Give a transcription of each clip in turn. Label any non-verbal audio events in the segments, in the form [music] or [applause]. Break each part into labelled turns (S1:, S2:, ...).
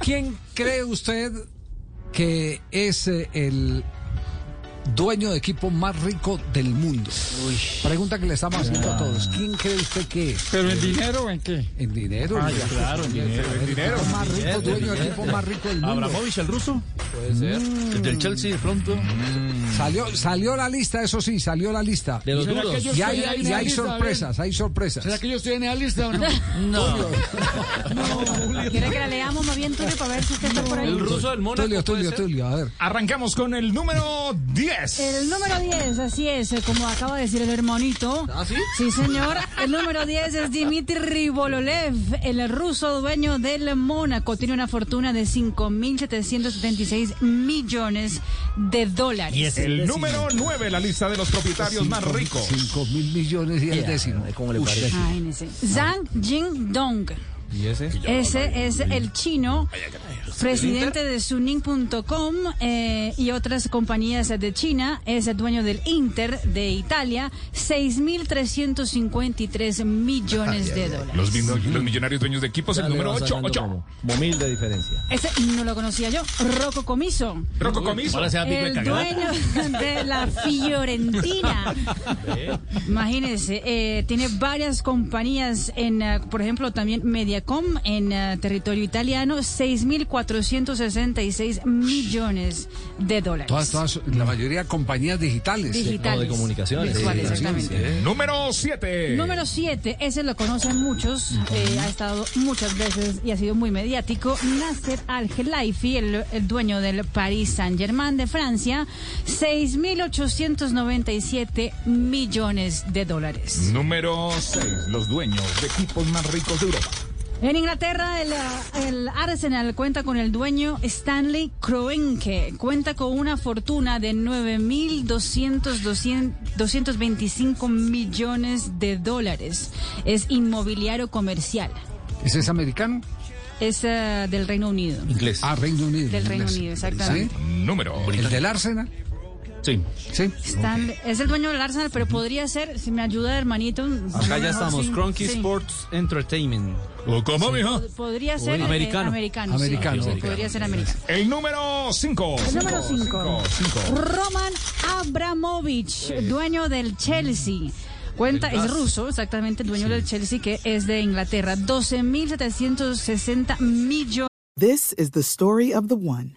S1: ¿Quién cree usted que es eh, el dueño de equipo más rico del mundo? Pregunta que le estamos haciendo a todos. ¿Quién cree usted que es?
S2: ¿Pero en dinero o en qué?
S1: En dinero.
S2: Ah,
S1: ¿no?
S2: ya, claro, en dinero, en
S1: El
S2: dinero.
S1: equipo más rico, dueño del equipo más rico del mundo.
S3: ¿Abramovich, el ruso? Puede ser. ¿El del Chelsea, de pronto?
S1: Salió, salió la lista, eso sí, salió la lista.
S3: De los
S2: ¿Será que
S3: duros.
S2: yo
S1: Y hay,
S2: estoy ahí en
S1: y
S2: la
S1: hay
S2: lista,
S1: sorpresas, hay sorpresas.
S2: ¿Será que yo estoy en la lista o no?
S3: No.
S4: ¿Quiere que la leamos más bien, Tulio, para ver si usted está por ahí?
S3: ¿El ruso del Mónaco? puede
S1: Tulio, Tulio,
S3: ser?
S1: Tulio, a ver.
S2: Arrancamos con el número 10.
S4: El número 10, así es, eh, como acaba de decir el hermanito.
S3: ¿Ah, sí?
S4: Sí, señor. El número 10 es Dmitry Bololev, el ruso dueño del Mónaco. Tiene una fortuna de 5.776 millones de dólares.
S2: El número 9, la lista de los propietarios más ricos.
S1: 5 mil millones y el décimo.
S3: ¿Cómo le
S1: Uy,
S3: parece?
S4: Imagínese. Ah, Zhang Jingdong. Ese es el chino, presidente de Suning.com eh, y otras compañías de China. Es el dueño del Inter de Italia. 6.353 millones de dólares.
S2: Los, mil- los millonarios dueños de equipos, el
S3: Ya le
S2: número
S3: va
S2: 8.
S3: sacando
S2: 8.
S3: como- como mil de diferencia.
S4: Ese no lo conocía yo. Rocco Comiso.
S2: Rocco Comiso.
S3: Ahora se da pico de
S4: El
S3: cagada.
S4: dueño de la Fiorentina. Imagínense, eh, tiene varias compañías en, eh, por ejemplo, también Mediacom en eh, territorio italiano, 6.466 millones de dólares.
S1: Todas, todas, la mayoría compañías digitales.
S4: digitales.
S3: No, de comunicaciones.
S4: Virtuales,
S3: Sí, sí,
S4: exactamente.
S2: Número 7.
S4: Número 7, ese lo conocen muchos, eh, ha estado muchas veces y ha sido muy mediático. Nasser Al-Khelaifi, el, el dueño del Paris Saint-Germain de Francia, 6.897 millones de dólares.
S2: Número 6, los dueños de equipos más ricos de Europa.
S4: En Inglaterra, el, ah, el Arsenal cuenta con el dueño Stanley Kroenke. Cuenta con una fortuna de 9.225 millones de dólares. Es inmobiliario comercial.
S1: ¿Ese es americano?
S4: Es eh, del Reino Unido.
S3: Inglés.
S1: Ah, Reino Unido.
S4: Del Reino
S1: inglés.
S4: Unido, exactamente.
S1: ¿Sí?
S2: Número.
S1: ¿El del Arsenal?
S3: Sí.
S1: Sí.
S4: Están- Es el dueño del Arsenal, pero podría ser, si me ayuda hermanito.
S3: Acá ya
S4: mejor
S3: estamos.
S4: Ah, sí,
S3: Cronky
S4: sí.
S3: Sports Entertainment.
S2: ¿O ¿Cómo, mijo?
S4: Pod- Podría ser eh,
S3: Americano.
S4: americano, sí.
S1: Americano,
S4: Sí,
S1: ok.
S4: Podría ser americano.
S2: El número 5.
S4: El número 5. Roman Abramovich, dueño del Chelsea. Cuenta, es ruso, exactamente, dueño del Chelsea, que es de Inglaterra. 12.760 millones.
S5: This is the story of the one.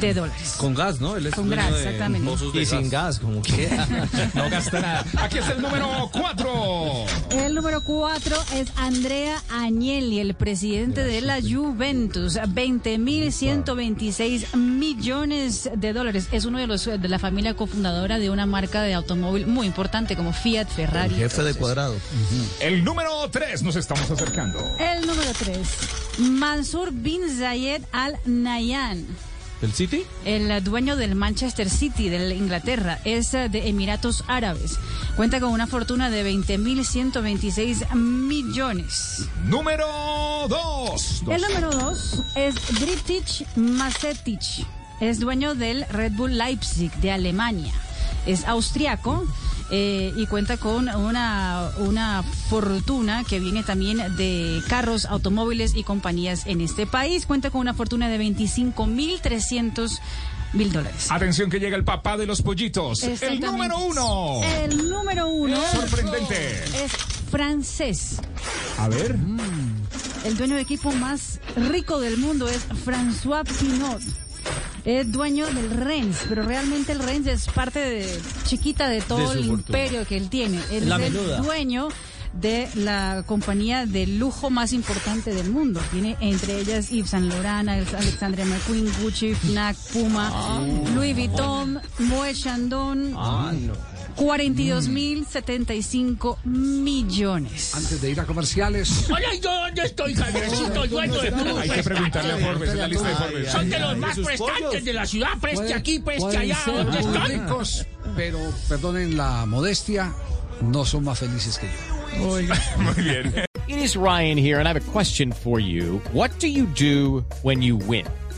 S4: De dólares.
S3: Con gas, ¿no? Él es
S4: Con
S3: dueño
S4: gas,
S3: de
S4: exactamente.
S3: pozos de
S4: Y sin
S3: gas, como que. [laughs]
S2: No gasta nada. Aquí es el número 4.
S4: El número cuatro es Andrea Agnelli, el presidente de la Juventus. 20.126 millones de dólares. Es uno de los de la familia cofundadora de una marca de automóvil muy importante como Fiat, Ferrari.
S3: de cuadrado.
S2: El número 3 nos estamos acercando.
S4: El número 3, Mansur bin Zayed Al Nahyan,
S3: ¿Del City?
S4: el dueño del Manchester City de Inglaterra, es eh, de Emiratos Árabes. Cuenta con una fortuna de 20.126 millones.
S2: Número 2.
S4: El número 2 es Dritich Masetic, es dueño del Red Bull Leipzig de Alemania. Es austriaco eh, y cuenta con una, una fortuna que viene también de carros, automóviles y compañías en este país. Cuenta con una fortuna de 25.300 mil dólares.
S2: Atención que llega el papá de los pollitos. El
S4: Exactamente. Eh.
S2: número 1.
S4: El número uno
S2: Sorprendente.
S4: es francés.
S2: A ver.
S4: El dueño de equipo más rico del mundo es François Pinot. Es dueño del Rennes, pero realmente el Rennes es parte de- chiquita de todo
S3: De su
S4: el
S3: fortuna.
S4: imperio que él tiene. Él
S6: La
S4: es el
S6: menuda.
S4: dueño de la compañía de lujo más importante del mundo. Tiene entre ellas Yves Saint Laurent, Alexandria McQueen, Gucci, Fnac, Puma, Louis Vuitton, Moët Chandon. 42.075 millones.
S1: Antes de ir a comerciales.
S6: Hola, ¿y yo dónde estoy, Javiercito? Dueño de clubes.
S2: Hay que preguntarle a Forbes, en la lista de Forbes.
S6: Son de los más
S3: sus pollos.
S6: prestantes de la ciudad. Preste
S1: puede-
S6: aquí, preste
S1: pueden
S6: allá.
S1: ser
S6: ¿Dónde
S1: muy
S6: estoy?
S1: ricos, pero perdonen la modestia, no son más felices que yo.
S2: Muy bien.
S7: It is Ryan here, and I have a question for you. What do you do when you win?